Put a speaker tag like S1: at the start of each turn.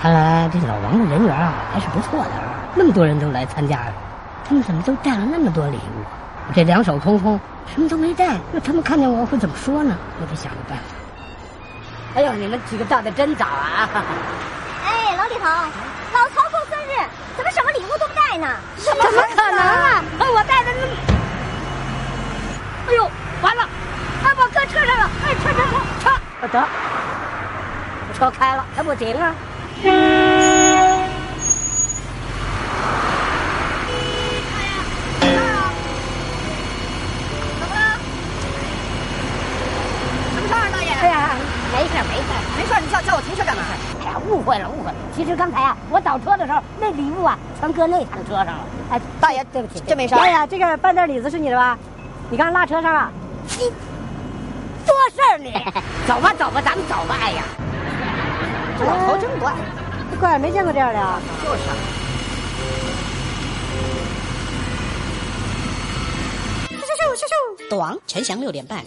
S1: 看这老王的人缘啊还是不错的啊，那么多人都来参加了，他们怎么都带了那么多礼物？我这两手空空，什么都没带，那他们看见我会怎么说呢？我得想个办法。哎呦，你们几个到的真早啊！
S2: 哎，老李头，老曹过生日，怎么什么礼物都不带呢？
S1: 怎么可能啊？哎，我带的那……哎呦，完了！哎，我搁车上了！哎，车车车车！我得，车开了还不停啊！
S2: 怎么了？什么事儿，大爷？
S1: 哎呀，没事儿没事儿。
S2: 没事，你叫叫我停车干嘛？
S1: 哎呀，误会了，误会了。其实刚才啊，我倒车的时候，那礼物啊，全搁那趟车上了。哎，
S2: 大爷
S1: 对不起，
S2: 这没事
S1: 哎呀，这个半袋李子是你的吧？你刚落车上啊哎了。你多事儿你，走吧走吧，咱们走吧。哎呀，
S2: 这老头真怪，
S1: 怪没见过这样的啊。
S2: 就是啊。
S3: 斗王陈翔六点半，